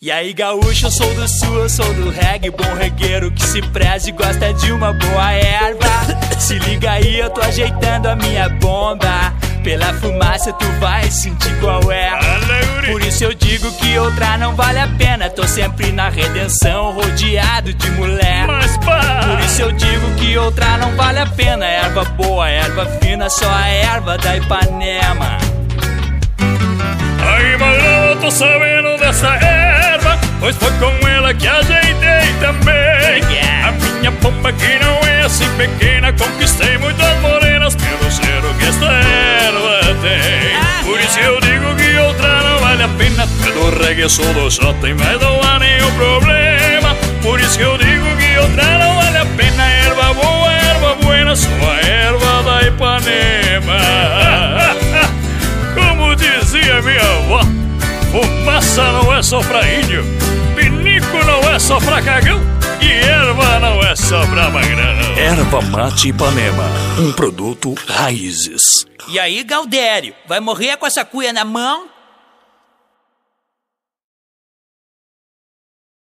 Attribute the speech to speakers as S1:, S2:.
S1: E aí, gaúcho, eu sou do sul, eu sou do reggae. Bom regueiro que se preze gosta de uma boa erva. Se liga aí, eu tô ajeitando a minha bomba. Pela fumaça tu vai sentir qual é. Por isso eu digo que outra não vale a pena. Tô sempre na redenção, rodeado de mulher. Por isso eu digo que outra não vale a pena. Erva boa, erva fina, só a erva da Ipanema.
S2: Ai, magrão, eu tô sabendo dessa erva Pois foi com ela que ajeitei também
S1: Yeah.
S2: A minha pomba que não é assim pequena Conquistei muitas morenas pelo cheiro que esta erva tem
S1: Ah,
S2: Por isso
S1: yeah.
S2: eu digo que outra não vale a pena Pelo reggae sou do Jota e mas não há nenhum problema Por isso eu digo que outra não vale a pena Erva boa, erva buena, só a erva da Ipanema Como dizia minha avó, fumaça não é só pra índio, pinico não é só pra cagão e erva não é só pra magrão.
S1: É
S3: Erva Mate Ipanema, um produto raízes.
S1: E aí, Galdério, vai morrer com essa cuia na mão?